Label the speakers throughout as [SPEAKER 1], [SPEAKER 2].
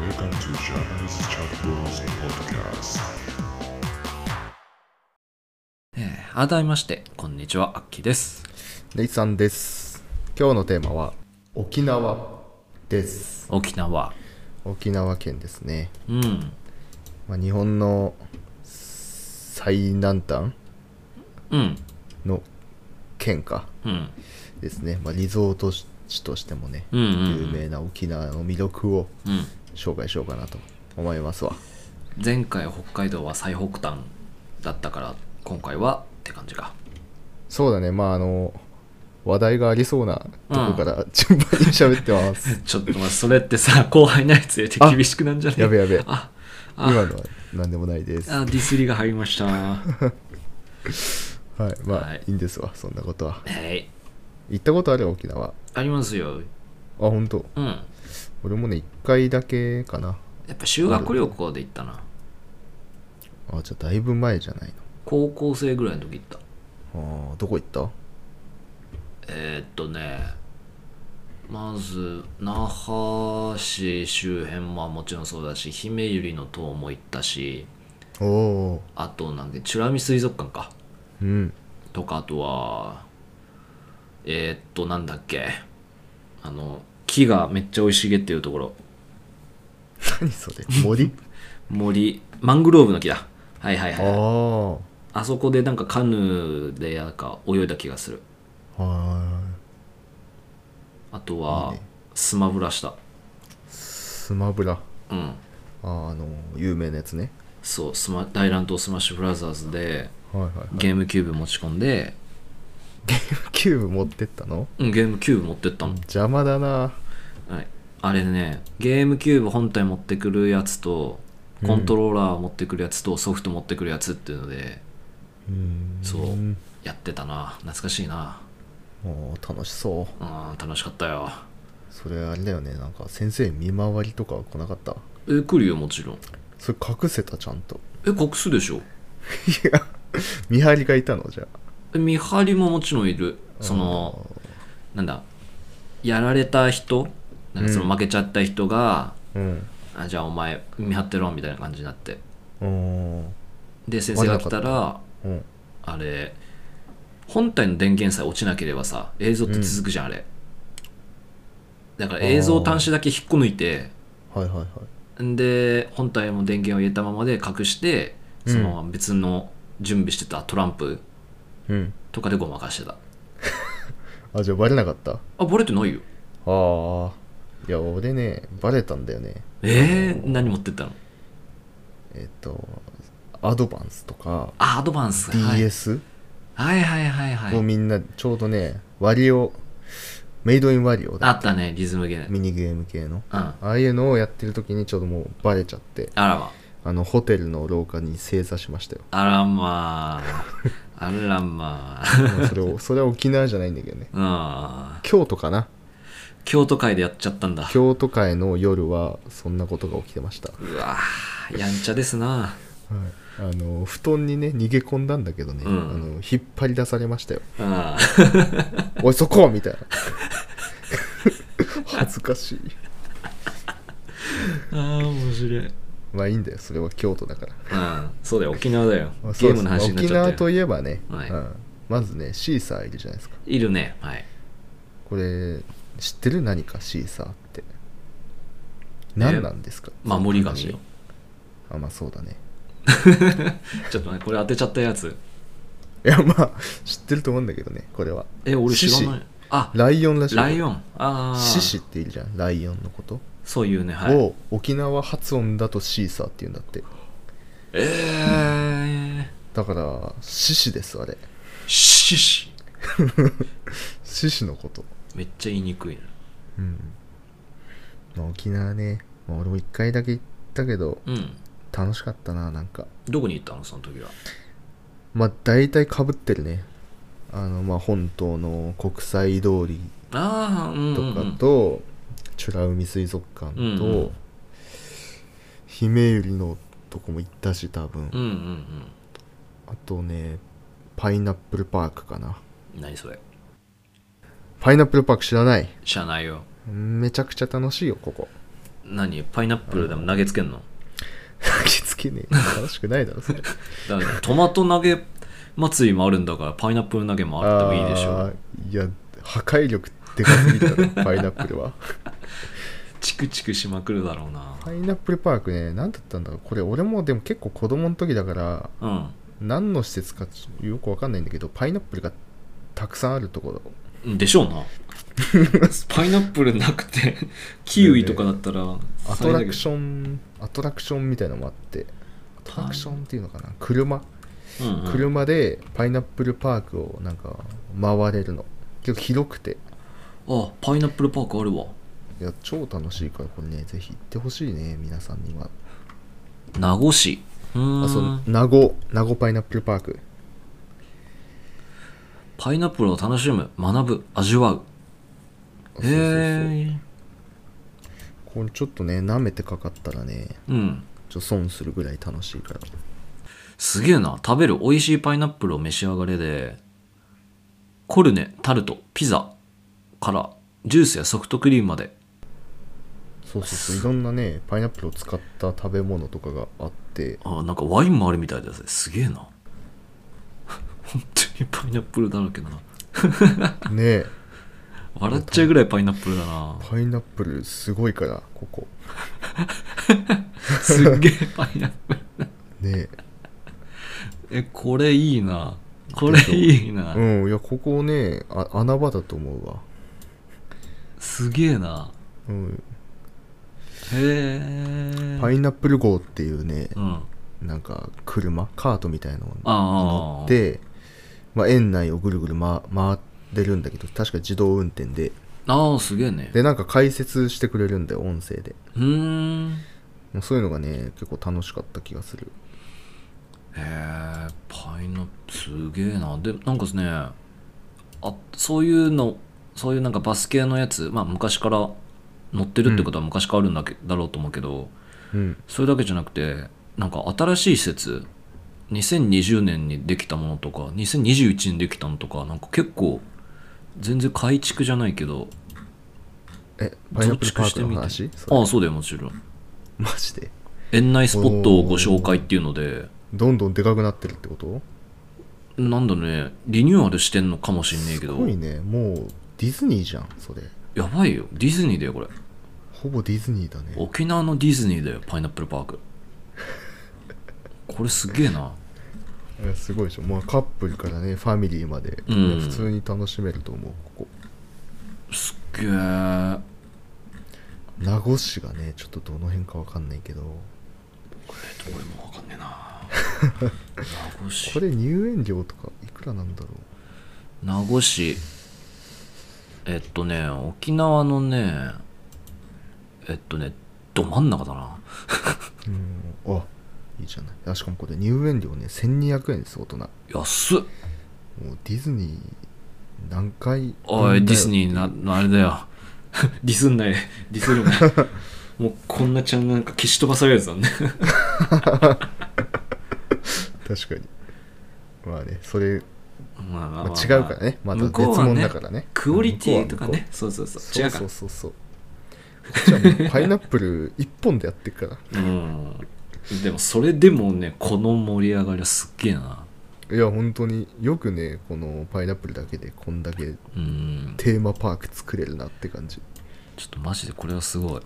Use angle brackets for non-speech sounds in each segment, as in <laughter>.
[SPEAKER 1] welcome to Japanese Chat Bros Podcast.
[SPEAKER 2] えー改めましてこんにちはアッキーです
[SPEAKER 3] ネイさんです。今日のテーマは沖縄です。
[SPEAKER 2] 沖縄
[SPEAKER 3] 沖縄県ですね。
[SPEAKER 2] うん
[SPEAKER 3] まあ、日本の最南端
[SPEAKER 2] うん
[SPEAKER 3] の県か
[SPEAKER 2] うん
[SPEAKER 3] ですね。まあ、リゾート地としてもね、
[SPEAKER 2] うんうん
[SPEAKER 3] 有名な沖縄の魅力を
[SPEAKER 2] うん
[SPEAKER 3] 紹介しようかなと思いますわ。
[SPEAKER 2] 前回北海道は最北端だったから今回はって感じか <laughs>
[SPEAKER 3] そうだね、まああの、話題がありそうなとこから順番に喋っ
[SPEAKER 2] <laughs>
[SPEAKER 3] てます。
[SPEAKER 2] ちょっとまあそれってさ後輩のやつ入れて厳しくなんじゃね
[SPEAKER 3] やべやべ、今
[SPEAKER 2] ああ
[SPEAKER 3] のは何でもないです。は
[SPEAKER 2] あディスりが入りました
[SPEAKER 3] い、まあ、
[SPEAKER 2] はい
[SPEAKER 3] い、いんですわ、そんなことは。
[SPEAKER 2] はい
[SPEAKER 3] 行ったことある沖縄。あ、
[SPEAKER 2] ありますよ
[SPEAKER 3] ほんと。
[SPEAKER 2] うんや
[SPEAKER 3] 俺もね、一回だけかな。
[SPEAKER 2] っぱ修学旅行で行ったな
[SPEAKER 3] あ、じゃあだいぶ前じゃない
[SPEAKER 2] 高校生ぐらいの時行った
[SPEAKER 3] の。あーどこ行った
[SPEAKER 2] えー、っとねまず那覇市周辺ももちろんそうだし姫百合の塔も行ったし
[SPEAKER 3] おお
[SPEAKER 2] あとなんで美ら海水族館か
[SPEAKER 3] ー、うん。 <laughs>
[SPEAKER 2] とかあとはえー、っとなんだっけあの木がめっちゃ生い茂っているところ
[SPEAKER 3] 何それ
[SPEAKER 2] <laughs>
[SPEAKER 3] 森
[SPEAKER 2] 森マングローブの木だはいはい
[SPEAKER 3] あ
[SPEAKER 2] はいあ
[SPEAKER 3] あ。は
[SPEAKER 2] そこでなんかカヌーでなんか泳いだ気がする
[SPEAKER 3] ー
[SPEAKER 2] あとはい
[SPEAKER 3] いね
[SPEAKER 2] スマブラした
[SPEAKER 3] い。スマブラ。
[SPEAKER 2] うん
[SPEAKER 3] あーあの、有名なやつね。
[SPEAKER 2] そうスマ大乱闘スマッシュブラザーズで
[SPEAKER 3] はいはい <laughs> はい。
[SPEAKER 2] ゲームキューブ持ち込んで、
[SPEAKER 3] キューブ持ってったの
[SPEAKER 2] うん、ゲームキューブ持ってったの、
[SPEAKER 3] 邪魔だな。
[SPEAKER 2] はい、あれねゲームキューブ本体持ってくるやつとコントローラー持ってくるやつとソフト持ってくるやつっていうので、
[SPEAKER 3] うん
[SPEAKER 2] そうやってたな懐かしいな
[SPEAKER 3] もう楽しそう
[SPEAKER 2] うん楽しかったよ
[SPEAKER 3] それあれだよねなんか先生見回りとか来なかった
[SPEAKER 2] え来るよもちろん
[SPEAKER 3] それ隠せたちゃんと <laughs>
[SPEAKER 2] え隠すでしょ
[SPEAKER 3] いや見張りがいたのじゃ
[SPEAKER 2] え見張りももちろんいるそのなんだやられた人なんかその
[SPEAKER 3] うん
[SPEAKER 2] 負けちゃった人が、
[SPEAKER 3] あうん
[SPEAKER 2] あじゃあお前見張ってろみたいな感じになって
[SPEAKER 3] うん
[SPEAKER 2] で先生が来たら
[SPEAKER 3] うん
[SPEAKER 2] あれ本体の電源さえ落ちなければさ映像って続くじゃん、あれだから映像端子だけ引っこ抜いて
[SPEAKER 3] はいはいはい
[SPEAKER 2] んで本体も電源を入れたままで隠してその別の準備してたトランプ
[SPEAKER 3] うん
[SPEAKER 2] とかでごまかしてた
[SPEAKER 3] あじゃあバレなかったあ
[SPEAKER 2] あバレてないよ
[SPEAKER 3] あいや俺ねバレたんだよね
[SPEAKER 2] えー、何持ってったの
[SPEAKER 3] えっとアドバンスとか
[SPEAKER 2] あアドバンス、はい、
[SPEAKER 3] DS
[SPEAKER 2] はいはいはいはい
[SPEAKER 3] をみんなちょうどねワリオメイドインワリオ
[SPEAKER 2] あ
[SPEAKER 3] だ
[SPEAKER 2] ったねリズムゲーム
[SPEAKER 3] ミニゲーム系の
[SPEAKER 2] うんあ
[SPEAKER 3] ああいうのをやってる時にちょっともうバレちゃって
[SPEAKER 2] らま
[SPEAKER 3] あのホテルの廊下に正座しましたよ
[SPEAKER 2] あらまああらま <laughs>
[SPEAKER 3] まあそれをそれは沖縄じゃないんだけどね
[SPEAKER 2] あうん
[SPEAKER 3] 京都かな
[SPEAKER 2] 京都会でやっちゃったんだ
[SPEAKER 3] 京都会の夜はそんなことが起きてました、は
[SPEAKER 2] うわーやんちゃですな
[SPEAKER 3] い、あの布団にね逃げ込んだんだけどね、
[SPEAKER 2] うん
[SPEAKER 3] あの引っ張り出されましたよ <laughs>
[SPEAKER 2] あ
[SPEAKER 3] 「おいそこ!」みたいな <laughs> 恥ずかしい
[SPEAKER 2] あ面白い
[SPEAKER 3] まあいいんだよそれは京都だか
[SPEAKER 2] う
[SPEAKER 3] ら
[SPEAKER 2] んそうだよ沖縄だよ
[SPEAKER 3] まあそ
[SPEAKER 2] ゲー
[SPEAKER 3] う
[SPEAKER 2] ム
[SPEAKER 3] です
[SPEAKER 2] の話になっちゃっ
[SPEAKER 3] 沖縄と
[SPEAKER 2] て
[SPEAKER 3] いえばね、
[SPEAKER 2] はい
[SPEAKER 3] うんまずねシーサーいるじゃないですか
[SPEAKER 2] いるねはい
[SPEAKER 3] これ知ってる何かシーサーって何なんですか、
[SPEAKER 2] 守り神
[SPEAKER 3] その
[SPEAKER 2] よ
[SPEAKER 3] 話あまあそうだね
[SPEAKER 2] ちょっとねこれ当てちゃったやつ
[SPEAKER 3] いやまあ知ってると思うんだけどねこれは
[SPEAKER 2] え俺知ら
[SPEAKER 3] 獅
[SPEAKER 2] な
[SPEAKER 3] 子
[SPEAKER 2] いあ
[SPEAKER 3] ライオンらしい
[SPEAKER 2] ライオンああ
[SPEAKER 3] 獅子っているじゃんライオンのこと、
[SPEAKER 2] そういうねはい
[SPEAKER 3] を沖縄発音だとシーサーって言うんだって
[SPEAKER 2] えー
[SPEAKER 3] だから獅子ですあれ
[SPEAKER 2] 獅子
[SPEAKER 3] 獅子のこと、
[SPEAKER 2] めっちゃ言いにくいな
[SPEAKER 3] うんまあ、沖縄ね、まあ、俺も一回だけ行っったけど
[SPEAKER 2] うん
[SPEAKER 3] 楽しかったななんか
[SPEAKER 2] どこに行ったのその時は
[SPEAKER 3] まあ大体かぶってるねあのまあ本島の国際通り
[SPEAKER 2] ああうんう
[SPEAKER 3] と
[SPEAKER 2] んう
[SPEAKER 3] か
[SPEAKER 2] ん
[SPEAKER 3] と、美ら海水族館と、
[SPEAKER 2] うんうん
[SPEAKER 3] 姫百合のとこも行ったし多分、
[SPEAKER 2] うんうん
[SPEAKER 3] あとねパイナップルパークかな
[SPEAKER 2] うん何それ
[SPEAKER 3] パイナップルパーク知らない
[SPEAKER 2] 知らないよ
[SPEAKER 3] めちゃくちゃ楽しいよここ <laughs>
[SPEAKER 2] 何パイナップルでも投げつけんの
[SPEAKER 3] 投げつけねえ楽しくないだろそれ
[SPEAKER 2] だからトマト投げ祭りもあるんだからパイナップル投げも <laughs> あってもいいでしょ
[SPEAKER 3] あーいや破壊力でかすぎたろ
[SPEAKER 2] <laughs>
[SPEAKER 3] パイナップルは
[SPEAKER 2] チクチクしまくるだろうな
[SPEAKER 3] パイナップルパークね何だったんだろうこれ俺もでも結構子供の時だから
[SPEAKER 2] うん
[SPEAKER 3] 何の施設かちょっとよくわかんないんだけどパイナップルがたくさんあるところ
[SPEAKER 2] でしょうな <laughs> パイナップルなく <laughs> てキウイとかだったら
[SPEAKER 3] アトラク
[SPEAKER 2] ョ
[SPEAKER 3] ションアトラクションみたいのもあってアトラクションっていうのかな車
[SPEAKER 2] ン、うんうん
[SPEAKER 3] 車でパイナップルパークをなんか回れるの結構広くて
[SPEAKER 2] あパイナップルパークあるわ
[SPEAKER 3] いや超楽しいからこれねぜひ行ってほしいね皆さんには
[SPEAKER 2] 名護市う
[SPEAKER 3] あそ
[SPEAKER 2] ー
[SPEAKER 3] うん名護名護パイナップルパーク
[SPEAKER 2] パイナップルを楽しむ学ぶ味わう
[SPEAKER 3] そうそうそう
[SPEAKER 2] へえ
[SPEAKER 3] これちょっとね舐めてかかったらね
[SPEAKER 2] うん
[SPEAKER 3] ちょっと損するぐらい楽しいから
[SPEAKER 2] すげえな食べる美味しいパイナップルを召し上がれでコルネタルトピザからジュースやソフトクリームまで
[SPEAKER 3] そうそうそういろんなねパイナップルを使った食べ物とかがあって
[SPEAKER 2] あなんかワインもあるみたいですねすげえな <laughs> 本当にパイナップルだらけだな
[SPEAKER 3] ねえ
[SPEAKER 2] 笑っちゃうぐらいパイナップルだな
[SPEAKER 3] パイナップルすごいからここ
[SPEAKER 2] <laughs> すっげえパイナップル
[SPEAKER 3] ね
[SPEAKER 2] えこれいいなこれいい
[SPEAKER 3] え
[SPEAKER 2] な、
[SPEAKER 3] うんいやここねあ穴場だと思うわ
[SPEAKER 2] すげえな
[SPEAKER 3] うん
[SPEAKER 2] へえ
[SPEAKER 3] パイナップル号っていうね
[SPEAKER 2] うんあ
[SPEAKER 3] なんか車カートみたいなの
[SPEAKER 2] あ
[SPEAKER 3] 乗
[SPEAKER 2] ああ
[SPEAKER 3] って、まあ、園内をぐるぐる、ま、回ってるんだけど確か自動運転で
[SPEAKER 2] ああすげえね
[SPEAKER 3] でなんか解説してくれるんだよ音声で
[SPEAKER 2] うーん
[SPEAKER 3] もうそういうのがね結構楽しかった気がする
[SPEAKER 2] へえパイナップすげえなでなんかですねあそういうのそういうなんかバス系のやつまあ昔から乗ってるってことは昔からあるんだけ、だろうと思うけど
[SPEAKER 3] うん
[SPEAKER 2] それだけじゃなくてなんか新しい施設2020年にできたものとか2021年にできたのとかなんか結構全然改築じゃないけど
[SPEAKER 3] えパイナップルパークの話
[SPEAKER 2] ああ
[SPEAKER 3] それ
[SPEAKER 2] そうだよもちろん
[SPEAKER 3] マジで
[SPEAKER 2] 園内スポットをご紹介っていうので
[SPEAKER 3] どんどんでかくなってるってこと
[SPEAKER 2] なんだろうねリニューアルしてんのかもしんねえけ
[SPEAKER 3] す
[SPEAKER 2] ど
[SPEAKER 3] ごいねもうディズニーじゃんそれ
[SPEAKER 2] やばいよディズニーだよこれ
[SPEAKER 3] ほぼディズニーだね
[SPEAKER 2] 沖縄のディズニーだよパイナップルパークこれすげえない
[SPEAKER 3] やすごいでしょ、まあ、カップルからねファミリーまで、ね
[SPEAKER 2] うん
[SPEAKER 3] 普通に楽しめると思うここ
[SPEAKER 2] すっげえ
[SPEAKER 3] 名護市がねちょっとどの辺かわかんないけど
[SPEAKER 2] どれもわか
[SPEAKER 3] <laughs>
[SPEAKER 2] んねえな名護
[SPEAKER 3] こ
[SPEAKER 2] 市
[SPEAKER 3] れ入園料とかいくらなんだろう
[SPEAKER 2] 名護市えっとね沖縄のねえっとねど真ん中だな
[SPEAKER 3] うんあいいじゃないあしかもこれ入園料ね1200円です大人も
[SPEAKER 2] 安っ
[SPEAKER 3] うディズニー何回
[SPEAKER 2] おいディズ
[SPEAKER 3] ー
[SPEAKER 2] ニーななあれだよ <laughs> ディスんないでディスるなもうこんなちゃんなんか消し飛ばされるやつだね
[SPEAKER 3] 確かにまあねそれ、
[SPEAKER 2] まあま
[SPEAKER 3] ま
[SPEAKER 2] あ
[SPEAKER 3] あ
[SPEAKER 2] まあ
[SPEAKER 3] 違うからねまた
[SPEAKER 2] 向
[SPEAKER 3] 別
[SPEAKER 2] こうはね
[SPEAKER 3] 物だからね
[SPEAKER 2] クオリティとか
[SPEAKER 3] 向こうは向こ
[SPEAKER 2] ねそうそう
[SPEAKER 3] う
[SPEAKER 2] そう
[SPEAKER 3] そ
[SPEAKER 2] 違
[SPEAKER 3] う
[SPEAKER 2] うか
[SPEAKER 3] そ
[SPEAKER 2] ら
[SPEAKER 3] うそうそうこっちはもうパイナップル1本でやってるから
[SPEAKER 2] うんでもそれでもねこの盛り上がりはすっげえない
[SPEAKER 3] や本当によくねこのパイナップルだけでこんだけ
[SPEAKER 2] うん
[SPEAKER 3] テーマパーク作れるなって感じ
[SPEAKER 2] ちょっとマジでこれはすごい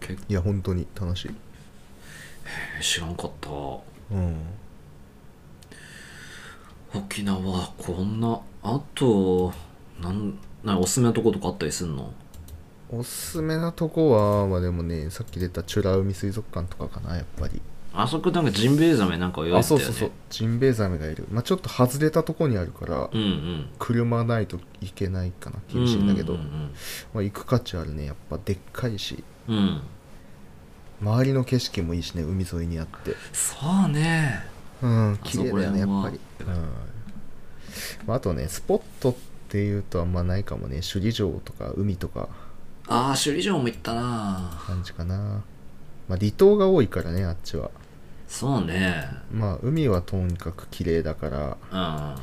[SPEAKER 2] 結
[SPEAKER 3] いや本当に楽しい
[SPEAKER 2] 構知らんかった
[SPEAKER 3] うん
[SPEAKER 2] 沖縄こんなあとなんなんかおすすめのとことかあったりすんの
[SPEAKER 3] おすすめなとこはまあでもねさっき出た美ら海水族館とかかなやっぱり
[SPEAKER 2] あそこなんかジンベエザメなんか泳いでたよ、ね、
[SPEAKER 3] あそうそうそうジンベエザメがいるまあちょっと外れたとこにあるから、
[SPEAKER 2] うんうん
[SPEAKER 3] 車ないといけないかな厳しいんだけど、
[SPEAKER 2] うん
[SPEAKER 3] まあ、行く価値あるねやっぱでっかいし
[SPEAKER 2] うんうんうん、うん
[SPEAKER 3] 周りの景色もいいしね海沿いにあって
[SPEAKER 2] そうね
[SPEAKER 3] うん綺麗だよねや
[SPEAKER 2] あそこら辺は
[SPEAKER 3] っぱりうんまああとねスポットっていうとあんまないかもね首里城とか海とか
[SPEAKER 2] ああ首里城も行ったな
[SPEAKER 3] 感じかなまあ離島が多いからねあっちは
[SPEAKER 2] そうね
[SPEAKER 3] まあ海はとにかく綺麗だから
[SPEAKER 2] うん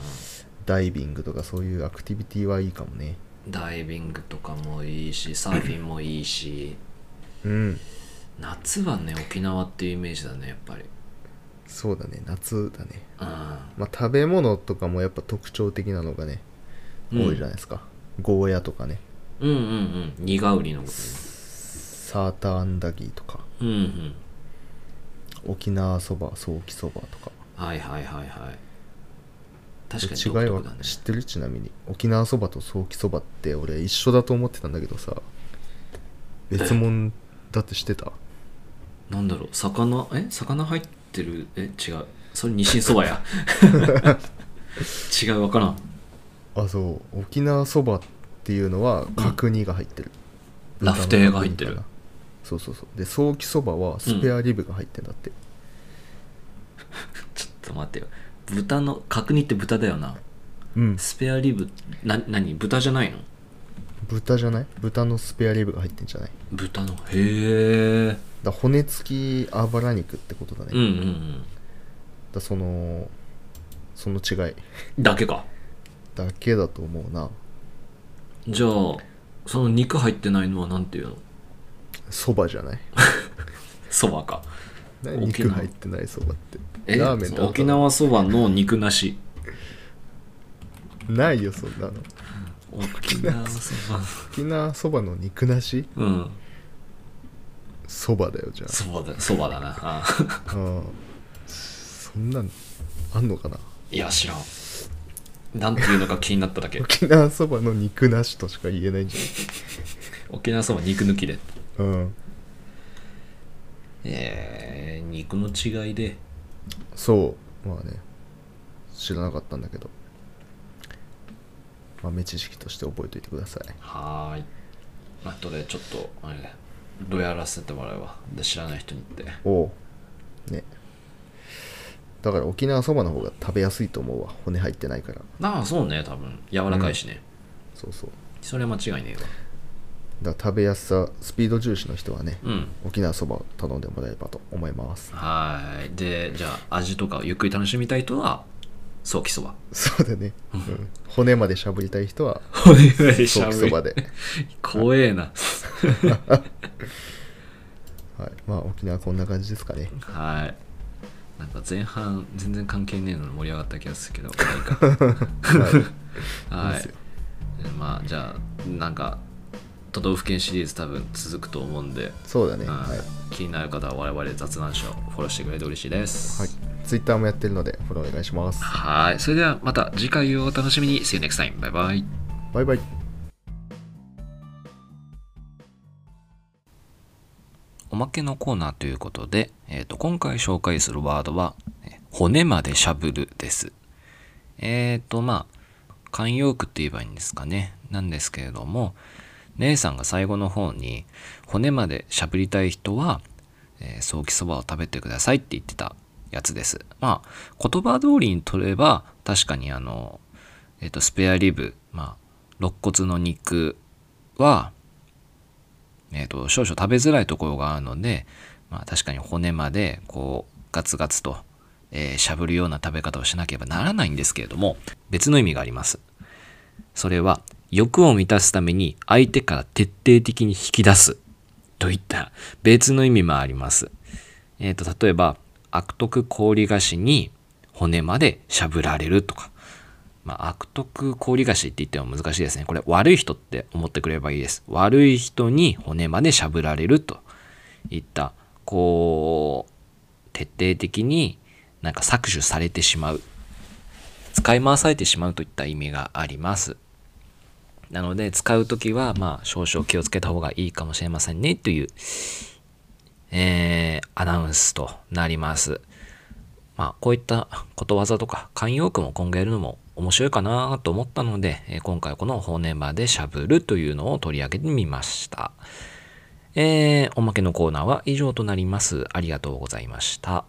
[SPEAKER 3] ダイビングとかそういうアクティビティはいいかもね
[SPEAKER 2] ダイビングとかもいいしサーフィンもいいし
[SPEAKER 3] うん
[SPEAKER 2] 夏はね沖縄っていうイメージだねやっぱり
[SPEAKER 3] そうだね夏だね
[SPEAKER 2] う
[SPEAKER 3] まあ食べ物とかもやっぱ特徴的なのがね多
[SPEAKER 2] ん
[SPEAKER 3] いじゃないですか、ゴーヤとかね
[SPEAKER 2] うんうんうん苦売りのことね
[SPEAKER 3] サーターアンダギーとか
[SPEAKER 2] うんうん
[SPEAKER 3] 沖縄そばソーキそばとか
[SPEAKER 2] はいはいはいはい確かに
[SPEAKER 3] 違い
[SPEAKER 2] 独
[SPEAKER 3] は
[SPEAKER 2] 特だね
[SPEAKER 3] 知ってるちなみに沖縄そばとソーキそばって俺一緒だと思ってたんだけどさ別物だって知ってた
[SPEAKER 2] なんだろう魚え魚入ってるえ違うそれ日清そば
[SPEAKER 3] <laughs>
[SPEAKER 2] や違うわからん
[SPEAKER 3] あそう沖縄そばっていうのは角煮が入ってる、
[SPEAKER 2] うんラフテーが入ってる
[SPEAKER 3] 豚の角煮かなそうそうそうでソーキそばはスペアリブが入ってんだって、
[SPEAKER 2] ちょっと待ってよ豚の角煮って豚だよな
[SPEAKER 3] うん
[SPEAKER 2] スペアリブな何豚じゃないの
[SPEAKER 3] 豚じゃない豚のスペアリブが入ってんじゃない
[SPEAKER 2] 豚のへえ
[SPEAKER 3] だ骨付きあばら肉ってことだね、
[SPEAKER 2] うんうんうん
[SPEAKER 3] だそのその違い
[SPEAKER 2] だけか
[SPEAKER 3] だけだと思うな
[SPEAKER 2] じゃあその肉入ってないのはなんていうの
[SPEAKER 3] そばじゃない
[SPEAKER 2] そばか
[SPEAKER 3] 何
[SPEAKER 2] 沖
[SPEAKER 3] 肉
[SPEAKER 2] 縄
[SPEAKER 3] 入ってないそばって
[SPEAKER 2] え
[SPEAKER 3] ラーメン
[SPEAKER 2] そう
[SPEAKER 3] だ
[SPEAKER 2] 沖縄そばの肉なし
[SPEAKER 3] ないよそんなの
[SPEAKER 2] 沖縄そば
[SPEAKER 3] 沖縄そばの肉なし
[SPEAKER 2] うん
[SPEAKER 3] そばだよじゃ
[SPEAKER 2] そばだそばだなあ
[SPEAKER 3] あうんそんなんあんのかない
[SPEAKER 2] や知らんなんていうのか気になっただ <laughs> け
[SPEAKER 3] 沖縄そばの肉なしとしか言えないんじ
[SPEAKER 2] 沖縄そば肉抜きで
[SPEAKER 3] ゃないうん
[SPEAKER 2] えー、肉の違いで
[SPEAKER 3] そうまあね知らなかったんだけど豆知識として覚えておいてください
[SPEAKER 2] はーいあとでちょっとあれだどうやらせてもらうわで知らない人に言って
[SPEAKER 3] おうねだから沖縄そばの方が食べやすいと思うわ骨入ってないから
[SPEAKER 2] ああそうね多分柔らかいしね、
[SPEAKER 3] そうそう
[SPEAKER 2] それは間違いねえわ
[SPEAKER 3] だから食べやすさスピード重視の人はね、
[SPEAKER 2] うん
[SPEAKER 3] 沖縄そばを頼んでもらえればと思います
[SPEAKER 2] はーいでじゃあ味とかをゆっくり楽しみたい人はソーキそば
[SPEAKER 3] そうだね、うん骨までしゃぶりたい人は
[SPEAKER 2] <laughs> お願い
[SPEAKER 3] ソーキそばで、
[SPEAKER 2] 怖えな
[SPEAKER 3] はい、まあ沖縄こんな感じですかね
[SPEAKER 2] はいなんか前半全然関係ねえのに盛り上がった気がするけどまあいいか
[SPEAKER 3] い <laughs>
[SPEAKER 2] はいい
[SPEAKER 3] いですよ。
[SPEAKER 2] まあじゃあなんか都道府県シリーズ多分続くと思うんで、
[SPEAKER 3] そうだね、
[SPEAKER 2] うん
[SPEAKER 3] はい
[SPEAKER 2] 気になる方は我々雑談社をフォローしてくれると嬉しいです。
[SPEAKER 3] はい、ツイッターもやってるのでフォローお願いします
[SPEAKER 2] はいそれではまた次回をお楽しみに。See you next time. バイバイ。
[SPEAKER 3] バイバイ
[SPEAKER 2] おまけのコーナーということで、えー、と今回紹介するワードはえー「骨までしゃぶる」です。えっ、とまあ慣用句って言えばいいんですかねなんですけれども姉さんが最後の方に「骨までしゃぶりたい人は、えー、ソーキそばを食べてください」って言ってたやつです。まあ言葉通りにとれば確かにあの、えー、とスペアリブ、まあ、肋骨の肉はえー、と少々食べづらいところがあるので、まあ、確かに骨までこうガツガツと、えーしゃぶるような食べ方をしなければならないんですけれども別の意味がありますそれは欲を満たすために相手から徹底的に引き出すといった別の意味もあります、えー、と例えば悪徳氷菓子に骨までしゃぶられるとかまあ、悪徳氷菓子って言っても難しいですね。これ悪い人って思ってくれればいいです。悪い人に骨までしゃぶられるといった、こう、徹底的になんか搾取されてしまう。使い回されてしまうといった意味があります。なので、使うときは、まあ、少々気をつけた方がいいかもしれませんね、という、えー、アナウンスとなります。まあ、こういったことわざとか慣用句も今後やるのも面白いかなと思ったので、えー今回この「骨までしゃぶる」というのを取り上げてみました。えーおまけのコーナーは以上となります。ありがとうございました。